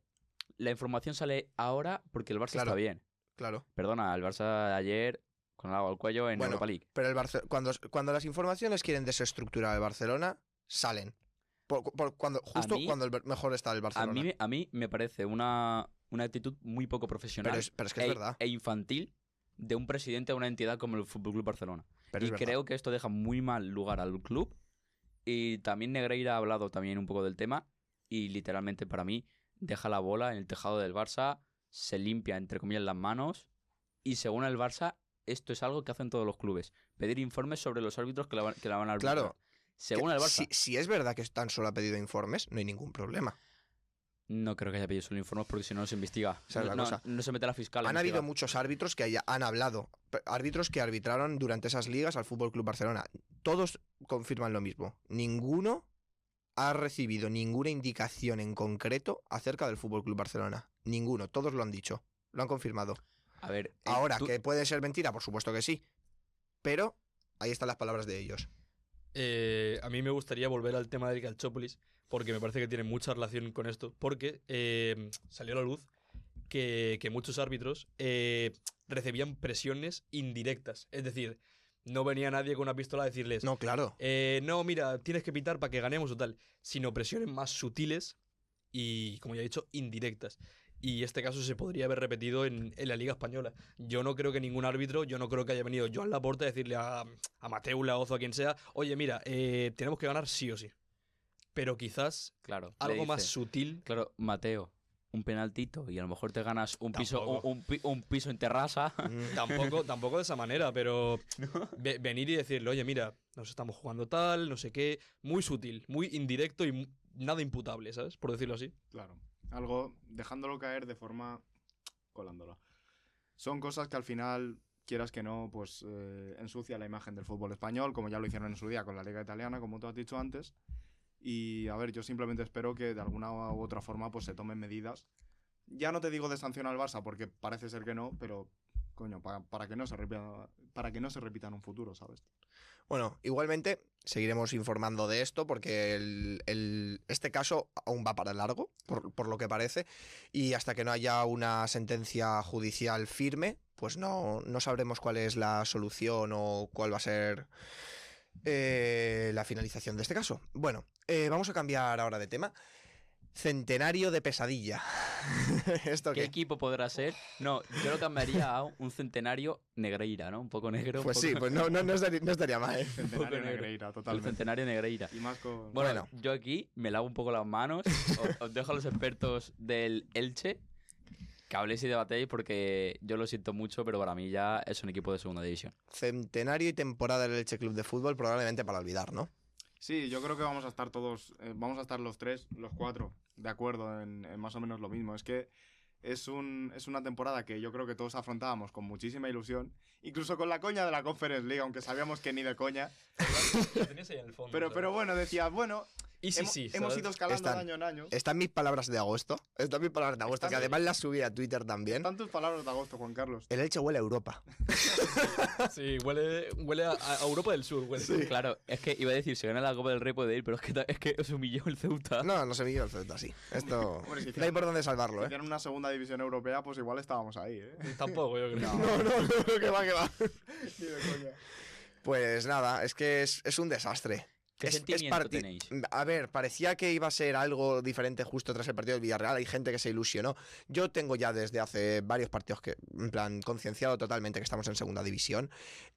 Speaker 3: la información sale ahora porque el Barça
Speaker 1: Claro.
Speaker 3: está bien?
Speaker 1: Claro.
Speaker 3: Perdona, el Barça ayer con el agua al cuello en
Speaker 1: Bueno,
Speaker 3: Europa League.
Speaker 1: Pero el Barce- cuando, cuando las informaciones quieren desestructurar el Barcelona, salen. Por- por cuando, justo
Speaker 3: mí-
Speaker 1: cuando el Bar- mejor está el
Speaker 3: A
Speaker 1: Barcelona.
Speaker 3: mí, me- a mí me parece una, una actitud muy poco profesional
Speaker 1: pero, es, pero es que es
Speaker 3: e,
Speaker 1: verdad.
Speaker 3: e infantil de un presidente de una entidad como el Fútbol Club Barcelona.
Speaker 1: pero
Speaker 3: y
Speaker 1: es verdad.
Speaker 3: creo que esto deja muy mal lugar al club. Y también Negreira ha hablado también un poco del tema. y literalmente para mí deja la bola en el tejado del Barça, se limpia entre comillas las manos y según el Barça esto es algo que hacen todos los clubes, pedir informes sobre los árbitros que la, van- que la van a arbitrar.
Speaker 1: Claro.
Speaker 3: Según
Speaker 1: Que
Speaker 3: el Barça,
Speaker 1: Si, si es verdad que tan solo ha pedido informes, no hay ningún problema.
Speaker 3: no creo que haya pedido solo informes porque si no, no se investiga.
Speaker 1: Esa es
Speaker 3: no,
Speaker 1: la
Speaker 3: no-
Speaker 1: cosa.
Speaker 3: no se mete la fiscal. a
Speaker 1: Han habido
Speaker 3: investigar.
Speaker 1: muchos árbitros que haya- han hablado, p- árbitros que arbitraron durante esas ligas al Fútbol Club Barcelona. Todos confirman lo mismo. Ninguno ha recibido ninguna indicación en concreto acerca del Fútbol Club Barcelona. Ninguno, todos lo han dicho, lo han confirmado.
Speaker 3: A ver, eh,
Speaker 1: Ahora,
Speaker 3: tú-
Speaker 1: que puede ser mentira, por supuesto que sí, pero ahí están las palabras de ellos.
Speaker 4: Eh, a mí me gustaría volver al tema del Calchópolis, porque me parece que tiene mucha relación con esto, porque eh, salió a la luz que, que muchos árbitros eh, recibían presiones indirectas. Es decir, no venía nadie con una pistola a decirles,
Speaker 1: No, (laughs) claro.
Speaker 4: eh, no, mira, tienes que pitar para que ganemos o tal, sino presiones más sutiles y, como ya he dicho, indirectas. Y este caso se podría haber repetido en, en la Liga Española. Yo no creo que ningún árbitro, yo no creo que haya venido Joan Laporta a decirle a, a Mateu, Laozo, a quien sea, oye, mira, eh, tenemos que ganar sí o sí. Pero quizás
Speaker 3: claro, le
Speaker 4: algo más
Speaker 3: dice,
Speaker 4: sutil.
Speaker 3: Claro, Mateo, un penaltito y a lo mejor te ganas un piso,
Speaker 4: Tampoco.
Speaker 3: un, un pi- un piso
Speaker 1: (laughs)
Speaker 3: en terraza.
Speaker 1: Mm,
Speaker 4: Tampoco,
Speaker 3: (laughs)
Speaker 4: tampoco de esa manera, pero ve- venir y decirle, oye, mira, nos estamos jugando tal, no sé qué, muy sutil, muy indirecto y mu- nada imputable, ¿sabes? Por decirlo así.
Speaker 2: Claro. Algo dejándolo caer de forma colándolo. Son cosas que al final, quieras que no, pues eh, ensucia la imagen del fútbol español, como ya lo hicieron en su día con la Liga Italiana, como tú has dicho antes. Y a ver, yo simplemente espero que de alguna u otra forma pues se tomen medidas. Ya no te digo de sanción al Barça, porque parece ser que no, pero coño, pa- para, que no se repita, para que no se repita en un futuro, ¿sabes?
Speaker 1: Bueno, igualmente seguiremos informando de esto porque el- el- este caso aún va para largo, por, por lo que parece, y hasta que no haya una sentencia judicial firme, pues no, no sabremos cuál es la solución o cuál va a ser eh, la finalización de este caso. Bueno, eh, vamos a cambiar ahora de tema. Centenario de pesadilla. (laughs) ¿Esto
Speaker 3: ¿Qué
Speaker 1: qué?
Speaker 3: equipo podrá ser? No, yo lo cambiaría a un centenario negreira, ¿no? Un poco negro. un
Speaker 1: Pues
Speaker 3: (laughs) poco-
Speaker 1: sí, pues no, no, no estaría, no estaría mal. ¿eh?
Speaker 2: Centenario
Speaker 3: negro.
Speaker 2: Negreira,
Speaker 3: el
Speaker 2: totalmente.
Speaker 3: centenario negreira.
Speaker 2: Y más con...
Speaker 3: Bueno,
Speaker 1: Bueno.
Speaker 3: yo aquí me lavo un poco las manos. o- Os dejo a los expertos del Elche que habléis y debatéis porque yo lo siento mucho, pero para mí ya es un equipo de segunda división.
Speaker 1: Centenario y temporada del Elche Club de Fútbol, probablemente para olvidar, ¿no?
Speaker 2: Sí, yo creo que vamos a estar todos, eh, vamos a estar los tres, los cuatro, de acuerdo en, en más o menos lo mismo. Es que es, un, es una temporada que yo creo que todos afrontábamos con muchísima ilusión, incluso con la coña de la Conference League, aunque sabíamos que ni de
Speaker 4: (laughs)
Speaker 2: coña.
Speaker 4: Lo tenías ahí en el fondo,
Speaker 2: Pero,
Speaker 4: ¿sabes?
Speaker 2: pero bueno, decías, bueno,
Speaker 4: y sí,
Speaker 2: hemo-
Speaker 4: sí,
Speaker 2: hemos
Speaker 4: ¿sabes?
Speaker 2: ido escalando
Speaker 1: Están-
Speaker 2: de año en año.
Speaker 1: Están mis palabras de agosto. Están mis palabras de agosto,
Speaker 2: Están
Speaker 1: que
Speaker 2: ahí.
Speaker 1: además las subí a Twitter también.
Speaker 2: Están tus palabras de agosto, Juan Carlos.
Speaker 1: El Elche huele a Europa.
Speaker 4: Sí, huele, huele a, a Europa del Sur, huele.
Speaker 3: Pues Claro, es que iba a decir, si gana la Copa del Rey puede ir, pero es que, ta- es que os humilló el Ceuta.
Speaker 1: No, no se vive el Celta así.
Speaker 2: (laughs)
Speaker 1: Esto.
Speaker 2: Hombre, si
Speaker 1: No hay por dónde salvarlo, ¿eh?
Speaker 2: hicieran una segunda división europea, pues igual estábamos ahí, ¿eh?
Speaker 4: Tampoco, yo
Speaker 1: (laughs)
Speaker 4: creo.
Speaker 1: No, no, no, que va, que va.
Speaker 2: (laughs) Ni de coña.
Speaker 1: Pues nada, es que es, es un desastre.
Speaker 3: ¿Qué
Speaker 1: es, es
Speaker 3: sentimiento
Speaker 1: parti-
Speaker 3: tenéis?
Speaker 1: A ver, parecía que iba a ser algo diferente justo tras el partido del Villarreal. Hay gente que se ilusionó. Yo tengo ya desde hace varios partidos que, en plan, concienciado totalmente que estamos en segunda división.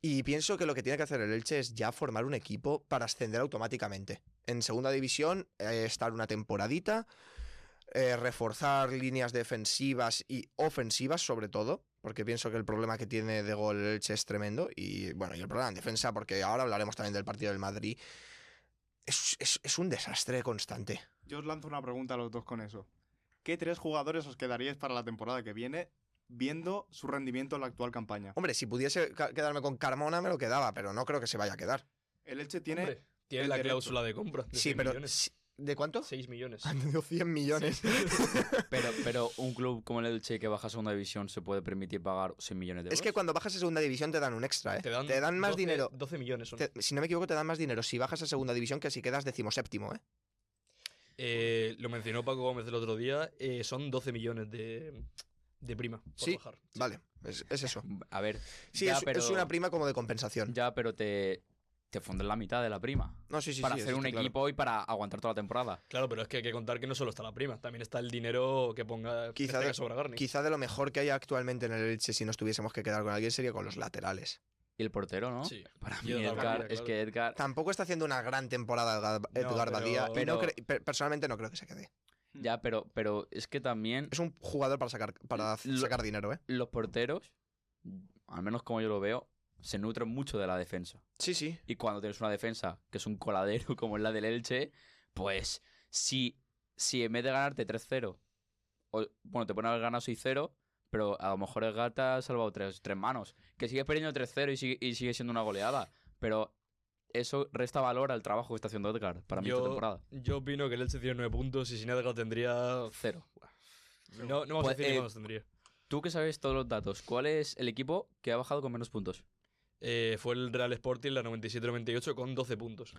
Speaker 1: Y pienso que lo que tiene que hacer el Elche es ya formar un equipo para ascender automáticamente. En segunda división, eh, estar una temporadita, eh, reforzar líneas defensivas y ofensivas, sobre todo, porque pienso que el problema que tiene de gol el Elche es tremendo. Y bueno, y el problema en defensa, porque ahora hablaremos también del partido del Madrid. Es, es- es un desastre constante.
Speaker 2: Yo os lanzo una pregunta a los dos con eso. ¿Qué tres jugadores os quedaríais para la temporada que viene viendo su rendimiento en la actual campaña?
Speaker 1: Hombre, si pudiese ca- quedarme con Carmona, me lo quedaba, pero no creo que se vaya a quedar.
Speaker 2: El Elche tiene
Speaker 4: Hombre, tiene
Speaker 2: el
Speaker 4: la
Speaker 2: derecho.
Speaker 4: cláusula de compra. De
Speaker 1: Sí, Ah,
Speaker 4: 100
Speaker 1: pero.
Speaker 4: Millones.
Speaker 1: si- ¿De cuánto?
Speaker 4: 6 millones.
Speaker 1: (laughs) Han tenido 100 millones.
Speaker 3: Pero, pero un club como el Elche que baja a segunda división se puede permitir pagar 100 millones de euros.
Speaker 1: Es que cuando bajas a segunda división te dan un extra, ¿eh?
Speaker 4: Te dan,
Speaker 1: más
Speaker 4: 12
Speaker 1: dinero.
Speaker 4: 12 millones son.
Speaker 1: Te- si no me equivoco, te dan más dinero si bajas a segunda división que si quedas decimoséptimo, ¿eh?
Speaker 4: Eh, lo mencionó Paco Gómez el otro día. eh, son 12 millones de, de prima. Por
Speaker 1: Sí.
Speaker 4: bajar.
Speaker 1: Vale, es, es eso.
Speaker 3: A ver,
Speaker 1: Sí,
Speaker 3: Ya,
Speaker 1: es,
Speaker 3: pero-
Speaker 1: es una prima como de compensación.
Speaker 3: ya, pero te, te fundan la mitad de la prima.
Speaker 1: No, sí, sí,
Speaker 3: para
Speaker 1: sí,
Speaker 3: hacer
Speaker 1: eso
Speaker 3: un
Speaker 1: está claro.
Speaker 3: equipo y para aguantar toda la temporada.
Speaker 4: Claro, pero es que hay que contar que no solo está la prima, también está el dinero que ponga
Speaker 1: Quizá de-
Speaker 4: sobre Garni.
Speaker 1: Quizá de lo mejor que hay actualmente en el Elche, si nos tuviésemos que quedar con alguien, sería con los laterales.
Speaker 3: Y el portero, ¿no?
Speaker 4: Sí.
Speaker 3: Para mí,
Speaker 4: Yo
Speaker 3: Edgar,
Speaker 4: también,
Speaker 3: es
Speaker 4: claro.
Speaker 3: que Edgar.
Speaker 1: Tampoco está haciendo una gran temporada Edgar-
Speaker 4: No,
Speaker 1: Edgar
Speaker 4: pero-
Speaker 1: Badía. y
Speaker 4: pero-
Speaker 1: no cre- per- personalmente no creo que se quede.
Speaker 3: Ya, pero, pero es que también
Speaker 1: Es un jugador para sacar, para f-
Speaker 3: Lo-
Speaker 1: sacar dinero, ¿eh?
Speaker 3: los porteros, al menos como yo lo veo, se nutren mucho de la defensa.
Speaker 1: Sí, sí.
Speaker 3: Y cuando tienes una defensa que es un coladero (laughs) como es la del Elche, pues si, si en vez de ganarte 3-0, o- bueno, te ponen a ganar 6-0, pero a lo mejor el GAT te ha salvado tres, tres manos. Que sigues perdiendo 3-0 y sigue, y sigue siendo una goleada. Pero eso resta valor al trabajo que está haciendo Edgar para mí
Speaker 4: yo,
Speaker 3: esta temporada.
Speaker 4: Yo opino que el Elche tiene 9 puntos y sin Edgar tendría.
Speaker 3: Cero.
Speaker 4: No, no vamos
Speaker 3: Pues,
Speaker 4: a decir ni
Speaker 3: eh,
Speaker 4: cuántos tendría.
Speaker 3: Tú que sabes todos los datos, ¿cuál es el equipo que ha bajado con menos puntos?
Speaker 4: Eh, fue el Real Sporting la 97-98 con 12 puntos.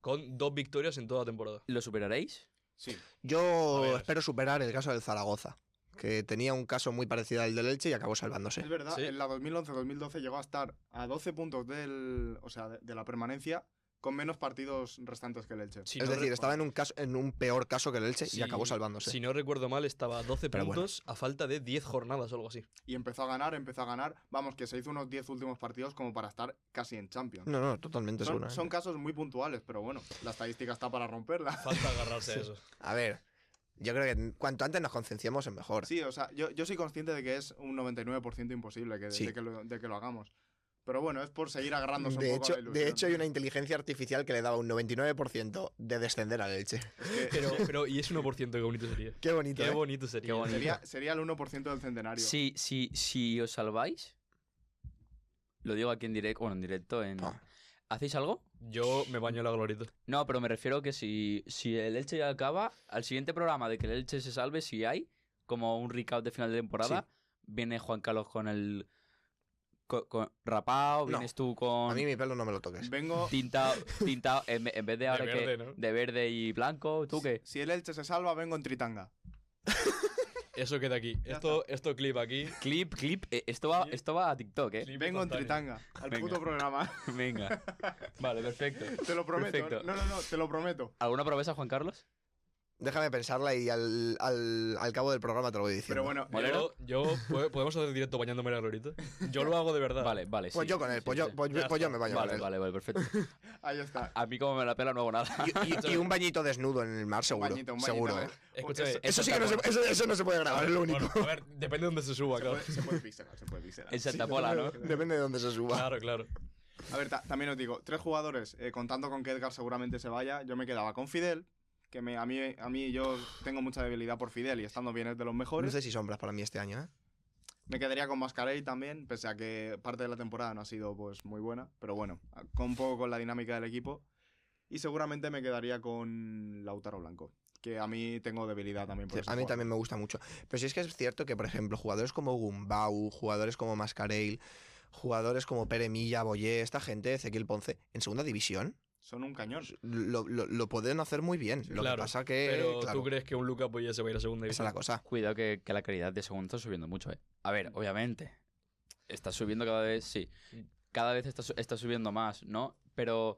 Speaker 4: Con dos victorias en toda la temporada.
Speaker 3: ¿Lo superaréis?
Speaker 2: Sí.
Speaker 1: Yo
Speaker 4: A ver.
Speaker 1: espero superar el caso del Zaragoza, que tenía un caso muy parecido al del Elche y acabó salvándose.
Speaker 2: Es verdad,
Speaker 4: Sí.
Speaker 2: en la 2011-2012 llegó a estar a 12 puntos del, o sea, de, de la permanencia con menos partidos restantes que el Elche.
Speaker 4: Si
Speaker 1: es
Speaker 4: no
Speaker 1: decir,
Speaker 4: re-
Speaker 1: estaba en un caso, en un peor caso que el Elche
Speaker 4: Si-
Speaker 1: y acabó salvándose.
Speaker 4: Si no recuerdo mal, estaba a 12
Speaker 1: Pero bueno.
Speaker 4: puntos a falta de 10 jornadas o algo así.
Speaker 2: Y empezó a ganar, empezó a ganar. Vamos, que se hizo unos 10 últimos partidos como para estar casi en Champions.
Speaker 1: No, no, totalmente seguro.
Speaker 2: son,
Speaker 1: ¿eh?
Speaker 2: son casos muy puntuales, pero bueno, la estadística está para romperla.
Speaker 4: Falta agarrarse a eso.
Speaker 1: A ver, yo creo que cuanto antes nos concienciemos es mejor.
Speaker 2: Sí, o sea, yo, yo soy consciente de que es un 99% imposible que,
Speaker 1: Sí.
Speaker 2: de, que lo, de que lo hagamos. Pero bueno, es por seguir agarrándose
Speaker 1: De
Speaker 2: un poco a
Speaker 1: hecho,
Speaker 2: la
Speaker 1: de
Speaker 2: ilusión.
Speaker 1: hecho, hay una inteligencia artificial que le daba un 99% de descender al Elche.
Speaker 2: Es que
Speaker 4: Pero, pero, y es 1%, qué bonito sería.
Speaker 1: (laughs) Qué bonito.
Speaker 4: Qué
Speaker 1: ¿eh?
Speaker 4: bonito sería.
Speaker 3: Qué bonito.
Speaker 2: (laughs) sería, sería el 1% del centenario.
Speaker 3: Si, si, si os salváis, lo digo aquí en directo, bueno, en directo, en...
Speaker 1: Ah.
Speaker 3: ¿Hacéis algo?
Speaker 4: Yo me baño en la glorita.
Speaker 3: No, pero me refiero que si, si el Elche ya acaba, al siguiente programa de que el Elche se salve, si hay, como un recap de final de temporada, viene Juan Carlos con el... Con, con rapado,
Speaker 1: No.
Speaker 3: vienes tú
Speaker 1: A
Speaker 3: con
Speaker 1: mí mi pelo no me lo toques.
Speaker 2: Vengo,
Speaker 3: tintado,
Speaker 1: (laughs)
Speaker 3: tintado en, en vez de ahora que...
Speaker 4: verde, ¿no?
Speaker 3: De verde y blanco, ¿tú qué?
Speaker 2: si el Elche se salva, vengo en Tritanga.
Speaker 4: Eso queda aquí.
Speaker 2: Ya
Speaker 4: Esto, esto clip aquí.
Speaker 3: Clip, clip, eh, esto va, esto va a TikTok, ¿eh?
Speaker 4: clip
Speaker 2: Vengo en
Speaker 4: instantáneo.
Speaker 2: Tritanga, al
Speaker 3: Venga.
Speaker 2: puto programa.
Speaker 3: (laughs)
Speaker 2: (laughs)
Speaker 4: (laughs)
Speaker 3: Venga. Vale, perfecto.
Speaker 2: Te lo prometo.
Speaker 3: Perfecto.
Speaker 2: No, no, no, te lo prometo.
Speaker 3: ¿Alguna promesa, Juan Carlos?
Speaker 1: Déjame pensarla y al, al- al cabo del programa te lo voy diciendo.
Speaker 2: Pero bueno,
Speaker 3: ¿Molero?
Speaker 4: Yo, yo- ¿pod- ¿podemos hacer directo bañándome en la glorita? Yo lo hago de verdad.
Speaker 3: Vale, vale.
Speaker 1: pues
Speaker 3: sí,
Speaker 1: yo con
Speaker 3: sí,
Speaker 1: él,
Speaker 3: sí,
Speaker 1: pues,
Speaker 3: sí.
Speaker 1: yo, pues, yo-
Speaker 4: Ya
Speaker 1: pues yo
Speaker 4: está.
Speaker 1: me baño
Speaker 3: Vale,
Speaker 1: con él.
Speaker 3: vale, vale, perfecto.
Speaker 2: ahí está.
Speaker 3: A mí como me la pela no
Speaker 2: (laughs)
Speaker 3: hago nada. (laughs)
Speaker 1: Y, y- y un bañito desnudo en el mar, seguro.
Speaker 2: bañito, un bañito,
Speaker 1: seguro.
Speaker 2: ¿eh?
Speaker 1: ¿eh?
Speaker 4: Escúchame.
Speaker 2: Eso-
Speaker 1: Eso sí que no se, eso, eso no se puede grabar, es lo único.
Speaker 4: Bueno, a ver, depende de dónde se suba,
Speaker 2: Se
Speaker 4: claro.
Speaker 2: puede, se puede pixelar, se puede pixelar.
Speaker 3: En Santa Pola, ¿no?
Speaker 1: (laughs) Depende de dónde se suba.
Speaker 4: Claro, claro.
Speaker 1: Eh,
Speaker 2: A ver, ta- también os digo, tres jugadores, eh, contando con que Edgar seguramente se vaya, yo me quedaba con Fidel, que me, a, mí, a mí yo tengo mucha debilidad por Fidel y estando bien es de los mejores.
Speaker 1: Luces y sombras para mí este año, ¿eh?
Speaker 2: Me quedaría con Mascarey también, pese a que parte de la temporada no ha sido pues muy buena, pero bueno, a- con un poco con la dinámica del equipo. Y seguramente me quedaría con Lautaro Blanco, que a mí tengo debilidad también por
Speaker 1: Sí,
Speaker 2: ese
Speaker 1: A mí
Speaker 2: jugador.
Speaker 1: también me gusta mucho. Pero sí es que es cierto que, por ejemplo, jugadores como Gumbau, jugadores como Mascarell, jugadores como Pere Milla, Boyé, esta gente, Ezequiel Ponce, en segunda división
Speaker 2: Son un cañón.
Speaker 1: lo, lo- lo pueden hacer muy bien. Lo
Speaker 4: Claro,
Speaker 1: que pasa que,
Speaker 4: Pero
Speaker 1: claro,
Speaker 4: tú crees que un Lucas Boyé se va a ir a segunda
Speaker 1: esa es la
Speaker 4: división.
Speaker 1: cosa.
Speaker 3: Cuidado que, que la calidad de segundo está subiendo mucho, ¿eh? A ver, obviamente. Está subiendo cada vez, sí. Cada vez está, su- está subiendo más, ¿no? Pero,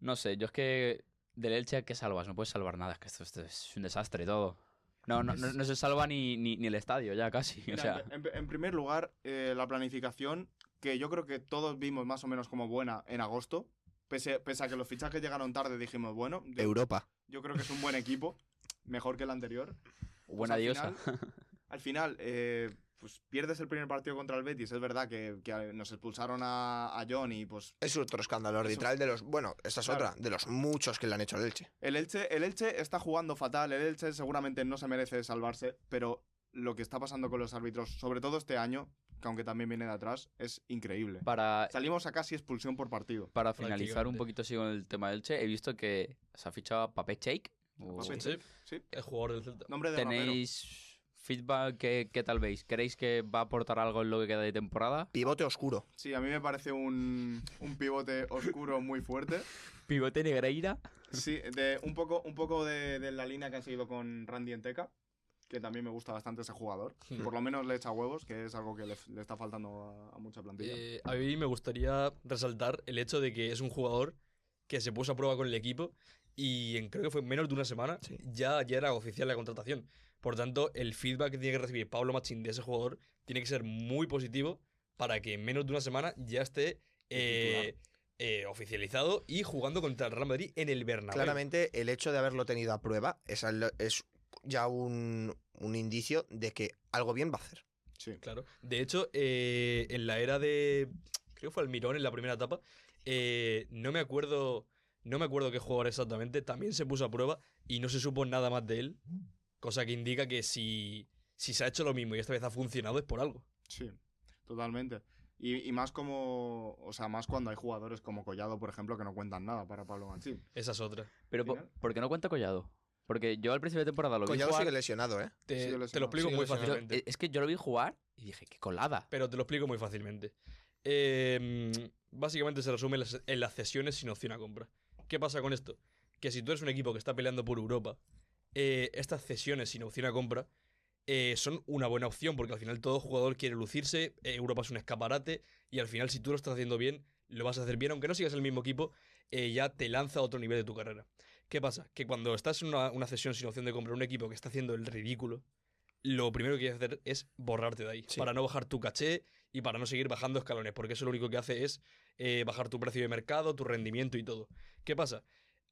Speaker 3: no sé, yo es que del Elche, ¿qué salvas? No puedes salvar nada, es que esto, esto es un desastre todo. No, no, no, no se salva ni, ni, ni el estadio ya casi, (laughs) o
Speaker 2: Mira, eh,
Speaker 3: sea...
Speaker 2: en, en primer lugar, eh, la planificación, que yo creo que todos vimos más o menos como buena en agosto. Pese, pese a que los fichajes llegaron tarde, dijimos, bueno, yo,
Speaker 1: Europa.
Speaker 2: yo creo que es un buen equipo, mejor que el anterior. Pues
Speaker 3: Buena
Speaker 2: al
Speaker 3: diosa.
Speaker 2: final- al final, eh, pues pierdes el primer partido contra el Betis. Es verdad que, que nos expulsaron a, a John y pues
Speaker 1: Es otro escándalo arbitral de los. Bueno, esta es
Speaker 2: Claro.
Speaker 1: otra, de los muchos que le han hecho al Elche.
Speaker 2: el Elche, el Elche está jugando fatal. El Elche seguramente no se merece salvarse, pero lo que está pasando con los árbitros, sobre todo este año, que aunque también viene de atrás, es increíble.
Speaker 3: Para,
Speaker 2: Salimos a casi expulsión por partido.
Speaker 3: para finalizar un
Speaker 4: prácticamente.
Speaker 3: poquito así con el tema del Che, he visto que se ha fichado a Papé Shake.
Speaker 2: Papé
Speaker 4: Sí,
Speaker 2: Sí.
Speaker 4: el jugador del Celta.
Speaker 2: Nombre de rapero.
Speaker 3: Oh. ¿Tenéis feedback que, que tal vez? ¿Creéis que va a aportar algo en lo que queda de temporada?
Speaker 1: Pivote oscuro.
Speaker 2: Sí, a mí me parece un, un pivote oscuro muy fuerte.
Speaker 3: Pivote Negreira.
Speaker 2: Sí, de, un poco, un poco de, de la línea que han seguido con Randy Enteca, que también me gusta bastante ese jugador.
Speaker 4: Hmm.
Speaker 2: Por lo menos le echa huevos, que es algo que le, le está faltando a, a mucha plantilla.
Speaker 4: Eh, a mí me gustaría resaltar el hecho de que es un jugador que se puso a prueba con el equipo y en creo que fue menos de una semana
Speaker 1: Sí.
Speaker 4: ya, ya era oficial la contratación. Por tanto, el feedback que tiene que recibir Pablo Machín de ese jugador tiene que ser muy positivo para que en menos de una semana ya esté eh, eh, oficializado y jugando contra el Real Madrid en el Bernabéu.
Speaker 1: Claramente, el hecho de haberlo tenido a prueba es, al- es ya un, un indicio de que algo bien va a hacer.
Speaker 2: Sí.
Speaker 4: Claro. De hecho, eh, en la era de. Creo que fue Almirón en la primera etapa. eh, no me acuerdo. No me acuerdo qué jugador exactamente. También se puso a prueba y no se supo nada más de él. Cosa que indica que si, si se ha hecho lo mismo y esta vez ha funcionado es por algo.
Speaker 2: Sí, totalmente. Y, y más como, o sea, más cuando hay jugadores como Collado, por ejemplo, que no cuentan nada para Pablo Mancini.
Speaker 4: Esa es otra.
Speaker 3: Pero po-
Speaker 2: final-
Speaker 3: ¿por qué no cuenta Collado? Porque yo al principio de temporada lo vi
Speaker 1: Collado
Speaker 3: jugar.
Speaker 1: sigue lesionado, ¿eh?
Speaker 4: Te,
Speaker 2: Sigue
Speaker 4: te lo
Speaker 2: lesionado,
Speaker 4: explico
Speaker 1: sigue
Speaker 4: muy
Speaker 1: lesionado.
Speaker 3: Yo- eh,
Speaker 4: fácilmente.
Speaker 3: es que yo lo vi jugar y dije, qué colada.
Speaker 4: Pero te lo explico muy fácilmente. Eh, mm, básicamente se resume en las, en las cesiones sin opción a compra. ¿Qué pasa con esto? Que si tú eres un equipo que está peleando por Europa, eh, estas cesiones sin opción a compra eh, son una buena opción porque al final todo jugador quiere lucirse, eh, Europa es un escaparate y al final si tú lo estás haciendo bien, lo vas a hacer bien, aunque no sigas el mismo equipo, eh, ya te lanza a otro nivel de tu carrera. ¿Qué pasa? Que cuando estás en una, una cesión sin opción de compra, un equipo que está haciendo el ridículo, lo primero que quieres hacer es borrarte de ahí,
Speaker 1: Sí.
Speaker 4: para no bajar tu caché y para no seguir bajando escalones, porque eso lo único que hace es eh, bajar tu precio de mercado, tu rendimiento y todo. ¿Qué pasa?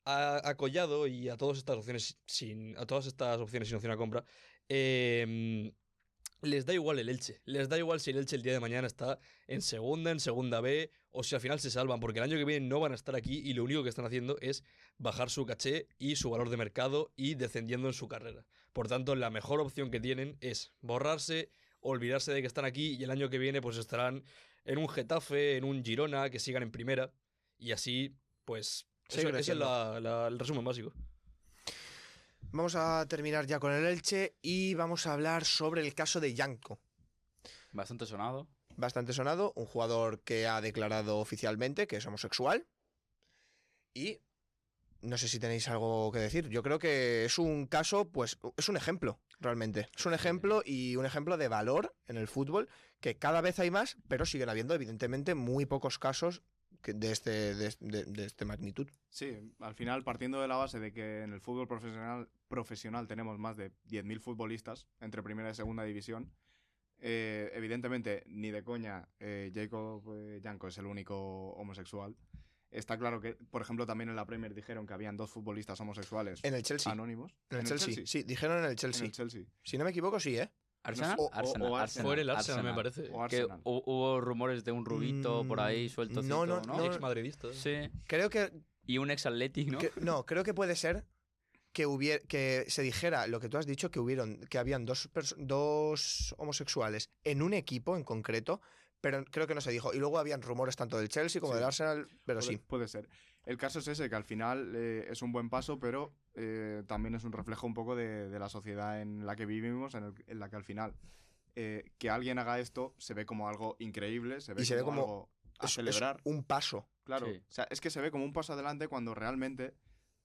Speaker 4: A, a Collado y a todas estas opciones sin, a todas estas opciones sin opción a compra, eh, les da igual el Elche. Les da igual si el Elche el día de mañana está en segunda, en segunda B, o si al final se salvan, porque el año que viene no van a estar aquí y lo único que están haciendo es bajar su caché y su valor de mercado y descendiendo en su carrera. Por tanto, la mejor opción que tienen es borrarse, olvidarse de que están aquí y el año que viene pues estarán en un Getafe, en un Girona, que sigan en primera y así pues... Eso,
Speaker 1: Seguir
Speaker 4: ese es
Speaker 1: creciendo.
Speaker 4: la- la- el resumen básico.
Speaker 1: Vamos a terminar ya con el Elche y vamos a hablar sobre el caso de Yanko.
Speaker 3: Bastante sonado.
Speaker 1: Bastante sonado, un jugador que ha declarado oficialmente que es homosexual. Y no sé si tenéis algo que decir. Yo creo que es un caso, pues es un ejemplo, realmente. Es un ejemplo y un ejemplo de valor en el fútbol, que cada vez hay más, pero siguen habiendo, evidentemente, muy pocos casos que- de, este, de, de- de este magnitud.
Speaker 2: Sí, al final partiendo de la base de que en el fútbol profesional, profesional tenemos más de 10.000 futbolistas entre primera y segunda división, eh, evidentemente ni de coña eh, Jacob eh, Yanko es el único homosexual. Está claro que, por ejemplo, también en la Premier dijeron que habían dos futbolistas homosexuales
Speaker 1: En el Chelsea.
Speaker 2: anónimos.
Speaker 1: Ah, en el Chelsea. Sí, dijeron en el
Speaker 2: En
Speaker 1: Chelsea.
Speaker 2: el Chelsea.
Speaker 1: Si no me equivoco, sí, ¿eh?
Speaker 3: ¿Arsenal?
Speaker 2: o- o-
Speaker 3: Arsenal,
Speaker 2: o
Speaker 3: Arsenal,
Speaker 2: Arsenal.
Speaker 4: Fue en el Arsenal, me parece.
Speaker 2: O
Speaker 3: Que
Speaker 2: Arsenal.
Speaker 3: hu- hubo rumores de un rubito por ahí
Speaker 1: Mm,
Speaker 3: suelto.
Speaker 1: no, no,
Speaker 3: ¿no?
Speaker 1: no.
Speaker 4: Ex madridista.
Speaker 3: Sí.
Speaker 1: Creo que
Speaker 3: Y un ex Athletic, ¿no?
Speaker 1: que- creo que puede ser que hubiera que se dijera lo que tú has dicho que hubieron que habían dos pers- dos homosexuales en un equipo en concreto, pero creo que no se dijo. Y luego habían rumores tanto del Chelsea como
Speaker 2: Sí.
Speaker 1: del Arsenal, pero
Speaker 2: puede,
Speaker 1: sí.
Speaker 2: puede ser. El caso es ese, que al final eh, es un buen paso, pero eh, también es un reflejo un poco de, de la sociedad en la que vivimos, en, el- en la que al final eh, que alguien haga esto se ve como algo increíble, se ve,
Speaker 1: Y se ve
Speaker 2: como,
Speaker 1: como-
Speaker 2: algo a
Speaker 1: Es- es
Speaker 2: celebrar.
Speaker 1: un paso.
Speaker 2: claro,
Speaker 3: Sí.
Speaker 2: o sea, es que se ve como un paso adelante cuando realmente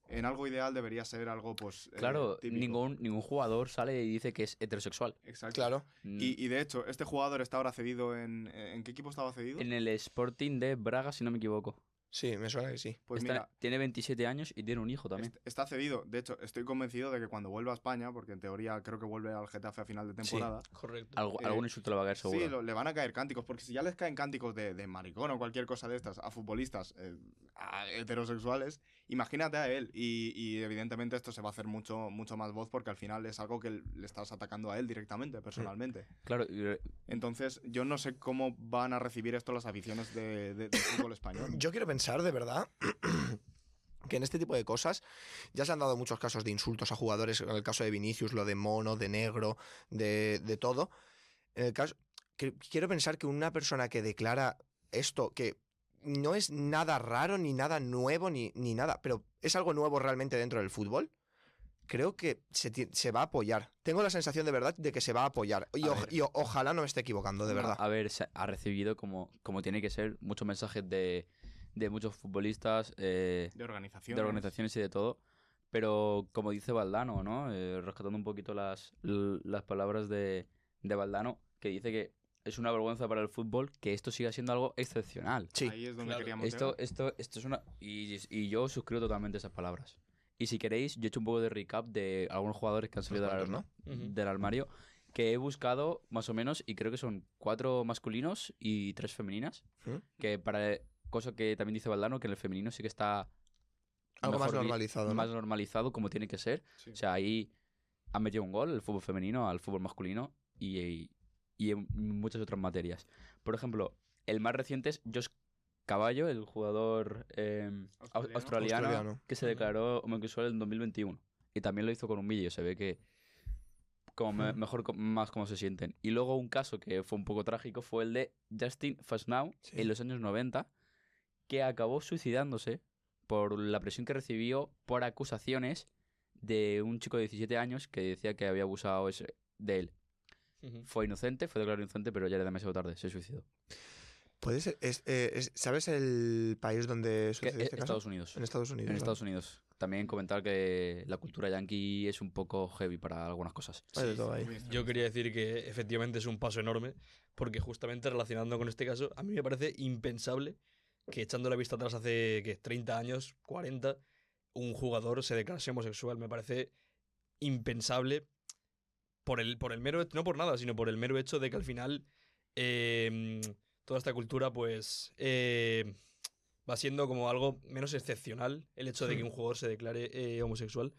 Speaker 2: en algo ideal debería ser algo, pues. eh,
Speaker 3: Claro,
Speaker 2: típico.
Speaker 3: ningún, ningún jugador sale y dice que es heterosexual.
Speaker 2: Exacto.
Speaker 1: Claro.
Speaker 2: Y, y de hecho, este jugador está ahora cedido en. eh, ¿En qué equipo estaba cedido?
Speaker 3: En el Sporting de Braga, si no me equivoco.
Speaker 1: Sí, me suena que sí.
Speaker 2: Pues
Speaker 3: Está-
Speaker 2: mira, Este,
Speaker 3: tiene 27 años y tiene un hijo también.
Speaker 2: Est- Está cedido. De hecho, estoy convencido de que cuando vuelva a España, porque en teoría creo que vuelve al Getafe a final de temporada.
Speaker 4: Correcto.
Speaker 3: Algo-
Speaker 2: eh,
Speaker 3: algún insulto le va a caer
Speaker 2: Sí,
Speaker 3: seguro.
Speaker 2: lo- le van a caer cánticos, porque si ya les caen cánticos de, de maricón o cualquier cosa de estas a futbolistas eh, a heterosexuales, imagínate a él. Y, y evidentemente esto se va a hacer mucho, mucho más voz porque al final es algo que le estás atacando a él directamente, personalmente.
Speaker 3: Claro, y-
Speaker 2: Entonces, yo no sé cómo van a recibir esto las aficiones de, de- del fútbol español.
Speaker 1: Yo quiero pensar, de verdad, (clears throat) que en este tipo de cosas ya se han dado muchos casos de insultos a jugadores, en el caso de Vinicius, lo de mono, de negro, de, de todo. En el caso, que- quiero pensar que una persona que declara esto, que no es nada raro, ni nada nuevo, ni, ni nada, pero es algo nuevo realmente dentro del fútbol. Creo que se, ti- se va a apoyar. Tengo la sensación de verdad de que se va a apoyar. Y,
Speaker 4: A
Speaker 1: oj-
Speaker 4: ver.
Speaker 1: y o- ojalá no me esté equivocando, de verdad.
Speaker 3: A, a ver, se- ha recibido, como, como tiene que ser, muchos mensajes de, de muchos futbolistas, eh,
Speaker 2: De organización.
Speaker 3: de organizaciones y de todo. Pero como dice Valdano, ¿no? Eh, rescatando un poquito las, l- las palabras de, de Valdano, que dice que es una vergüenza para el fútbol que esto siga siendo algo excepcional.
Speaker 1: Sí.
Speaker 2: Ahí es donde
Speaker 4: Claro.
Speaker 2: queríamos
Speaker 3: Esto,
Speaker 2: llegar.
Speaker 3: esto, esto es una. Y, y yo suscribo totalmente esas palabras. Y si queréis, yo he hecho un poco de recap de algunos jugadores que han salido del,
Speaker 1: cuantos,
Speaker 3: arma-
Speaker 4: ¿no? Ujú.
Speaker 3: del armario. que he buscado más o menos y creo que son cuatro masculinos y tres femeninas.
Speaker 1: ¿Mm?
Speaker 3: Que para cosa que también dice Valdano, que en el femenino sí que está
Speaker 1: Algo más
Speaker 3: mejor vi-
Speaker 1: normalizado, ¿no?
Speaker 3: más normalizado como tiene que ser.
Speaker 2: Sí.
Speaker 3: O sea, ahí han metido un gol el fútbol femenino al fútbol masculino y, y en muchas otras materias. Por ejemplo, el más reciente es Josh Caballo, el jugador eh, au-
Speaker 2: Australiano.
Speaker 3: australiano,
Speaker 1: Australiano.
Speaker 3: que se
Speaker 4: Ujú.
Speaker 3: declaró homosexual en 2021. Y también lo hizo con un vídeo, se ve que como me-
Speaker 1: Ujú.
Speaker 3: mejor co- más cómo se sienten. Y luego un caso que fue un poco trágico fue el de Justin Fasnow
Speaker 1: Sí.
Speaker 3: en los años 90, que acabó suicidándose por la presión que recibió por acusaciones de un chico de 17 años que decía que había abusado ese- de él.
Speaker 4: Ujú.
Speaker 3: Fue inocente, fue declarado inocente, pero ya era demasiado tarde, se suicidó.
Speaker 1: Puede ser- es- eh, es- ¿Sabes el país donde
Speaker 3: Que-
Speaker 1: sucedió
Speaker 3: eh,
Speaker 1: este caso?
Speaker 3: Estados Unidos.
Speaker 1: En Estados Unidos.
Speaker 3: En
Speaker 1: ¿no?
Speaker 3: Estados Unidos. También comentar que la cultura yankee es un poco heavy para algunas cosas.
Speaker 4: Pues
Speaker 1: Hay de todo ahí.
Speaker 2: Muy extraño.
Speaker 4: Yo quería decir que efectivamente es un paso enorme, porque justamente relacionando con este caso, a mí me parece impensable que echando la vista atrás hace ¿qué? 30 años, 40, un jugador se declarase homosexual. Me parece impensable por el, por el mero hecho, no por nada, sino por el mero hecho de que al final eh, toda esta cultura pues eh, va siendo como algo menos excepcional el hecho de que un jugador se declare eh, homosexual,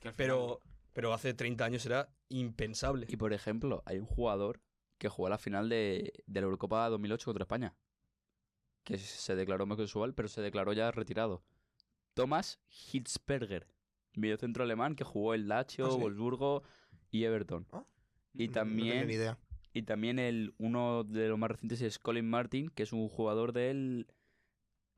Speaker 2: Que al final-
Speaker 4: pero, pero hace 30 años era impensable.
Speaker 3: Y por ejemplo, hay un jugador que jugó a la final de, de la Eurocopa 2008 contra España. Que se declaró homosexual, pero se declaró ya retirado. Thomas Hitzberger, mediocentro alemán que jugó en Lazio,
Speaker 1: Ah, sí.
Speaker 3: Wolfsburgo y Everton.
Speaker 1: Ah.
Speaker 3: Y
Speaker 1: No- No tenía
Speaker 3: también
Speaker 1: ni idea.
Speaker 3: y también el, uno de los más recientes es Colin Martin, que es un jugador del,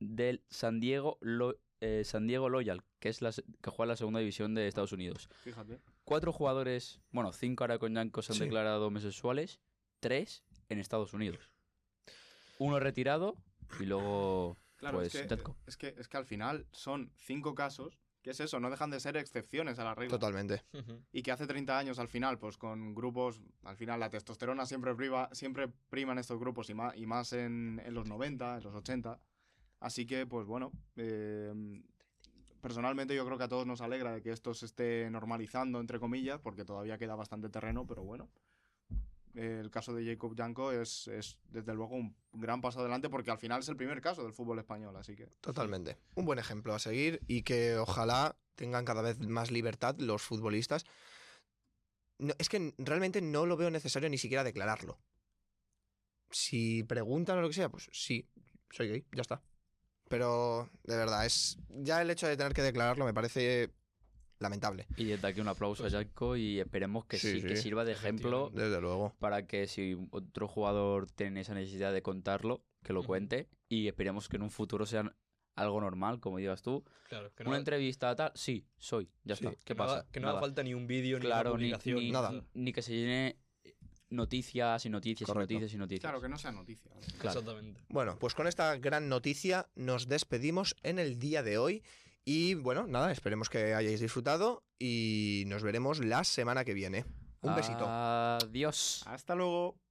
Speaker 3: del San Diego Lo- eh, San Diego Loyal, que es la, se- que juega en la segunda división de Estados Unidos.
Speaker 2: Fíjate.
Speaker 3: Cuatro jugadores, bueno, cinco ahora con Yankees se han
Speaker 1: Sí.
Speaker 3: declarado homosexuales, tres en Estados Unidos. Uno retirado y luego
Speaker 2: Claro,
Speaker 3: pues
Speaker 2: es, que,
Speaker 3: Tetco.
Speaker 2: es, que, es que al final son cinco casos, que es eso, no dejan de ser excepciones a la regla.
Speaker 1: Totalmente.
Speaker 4: Ujú.
Speaker 2: Y que hace 30 años al final, pues con grupos, al final la testosterona siempre, priva, siempre priman estos grupos y más, y más en, en los 90, en los 80. Así que, pues bueno, eh, personalmente yo creo que a todos nos alegra de que esto se esté normalizando, entre comillas, porque todavía queda bastante terreno, pero bueno. Eh, El caso de Jacob Janko es, es desde luego un gran paso adelante porque al final es el primer caso del fútbol español, así que...
Speaker 1: Totalmente. Un buen ejemplo a seguir y que ojalá tengan cada vez más libertad los futbolistas. No, es que n- realmente no lo veo necesario ni siquiera declararlo. Si preguntan o lo que sea, pues sí, soy gay, ya está. Pero de verdad, es ya el hecho de tener que declararlo me parece lamentable.
Speaker 3: Y desde aquí un aplauso a Yanko y esperemos que
Speaker 1: Sí,
Speaker 3: sí, que
Speaker 1: sí.
Speaker 3: sirva de ejemplo
Speaker 4: Efectivamente.
Speaker 1: Desde luego.
Speaker 3: para que si otro jugador tiene esa necesidad de contarlo, que lo
Speaker 4: Ujú.
Speaker 3: cuente y esperemos que en un futuro sean algo normal, como digas tú.
Speaker 4: Claro, que
Speaker 3: Una
Speaker 4: no,
Speaker 3: entrevista tal, sí, soy, ya
Speaker 4: sí,
Speaker 3: está. ¿Qué
Speaker 4: que no haga-
Speaker 3: pasa?
Speaker 4: que no haga
Speaker 3: Nada.
Speaker 4: falta ni un vídeo,
Speaker 3: claro,
Speaker 4: ni
Speaker 3: ni,
Speaker 4: una publicación.
Speaker 3: ni-
Speaker 1: nada.
Speaker 3: ni que se llene noticias y noticias
Speaker 1: Correcto.
Speaker 3: y noticias y noticias.
Speaker 2: Claro, que no sea noticia.
Speaker 3: Claro.
Speaker 4: Exactamente.
Speaker 1: Bueno, pues con esta gran noticia nos despedimos en el día de hoy. Y bueno, nada, esperemos que hayáis disfrutado y nos veremos la semana que viene. Un besito.
Speaker 3: Adiós.
Speaker 2: Hasta luego.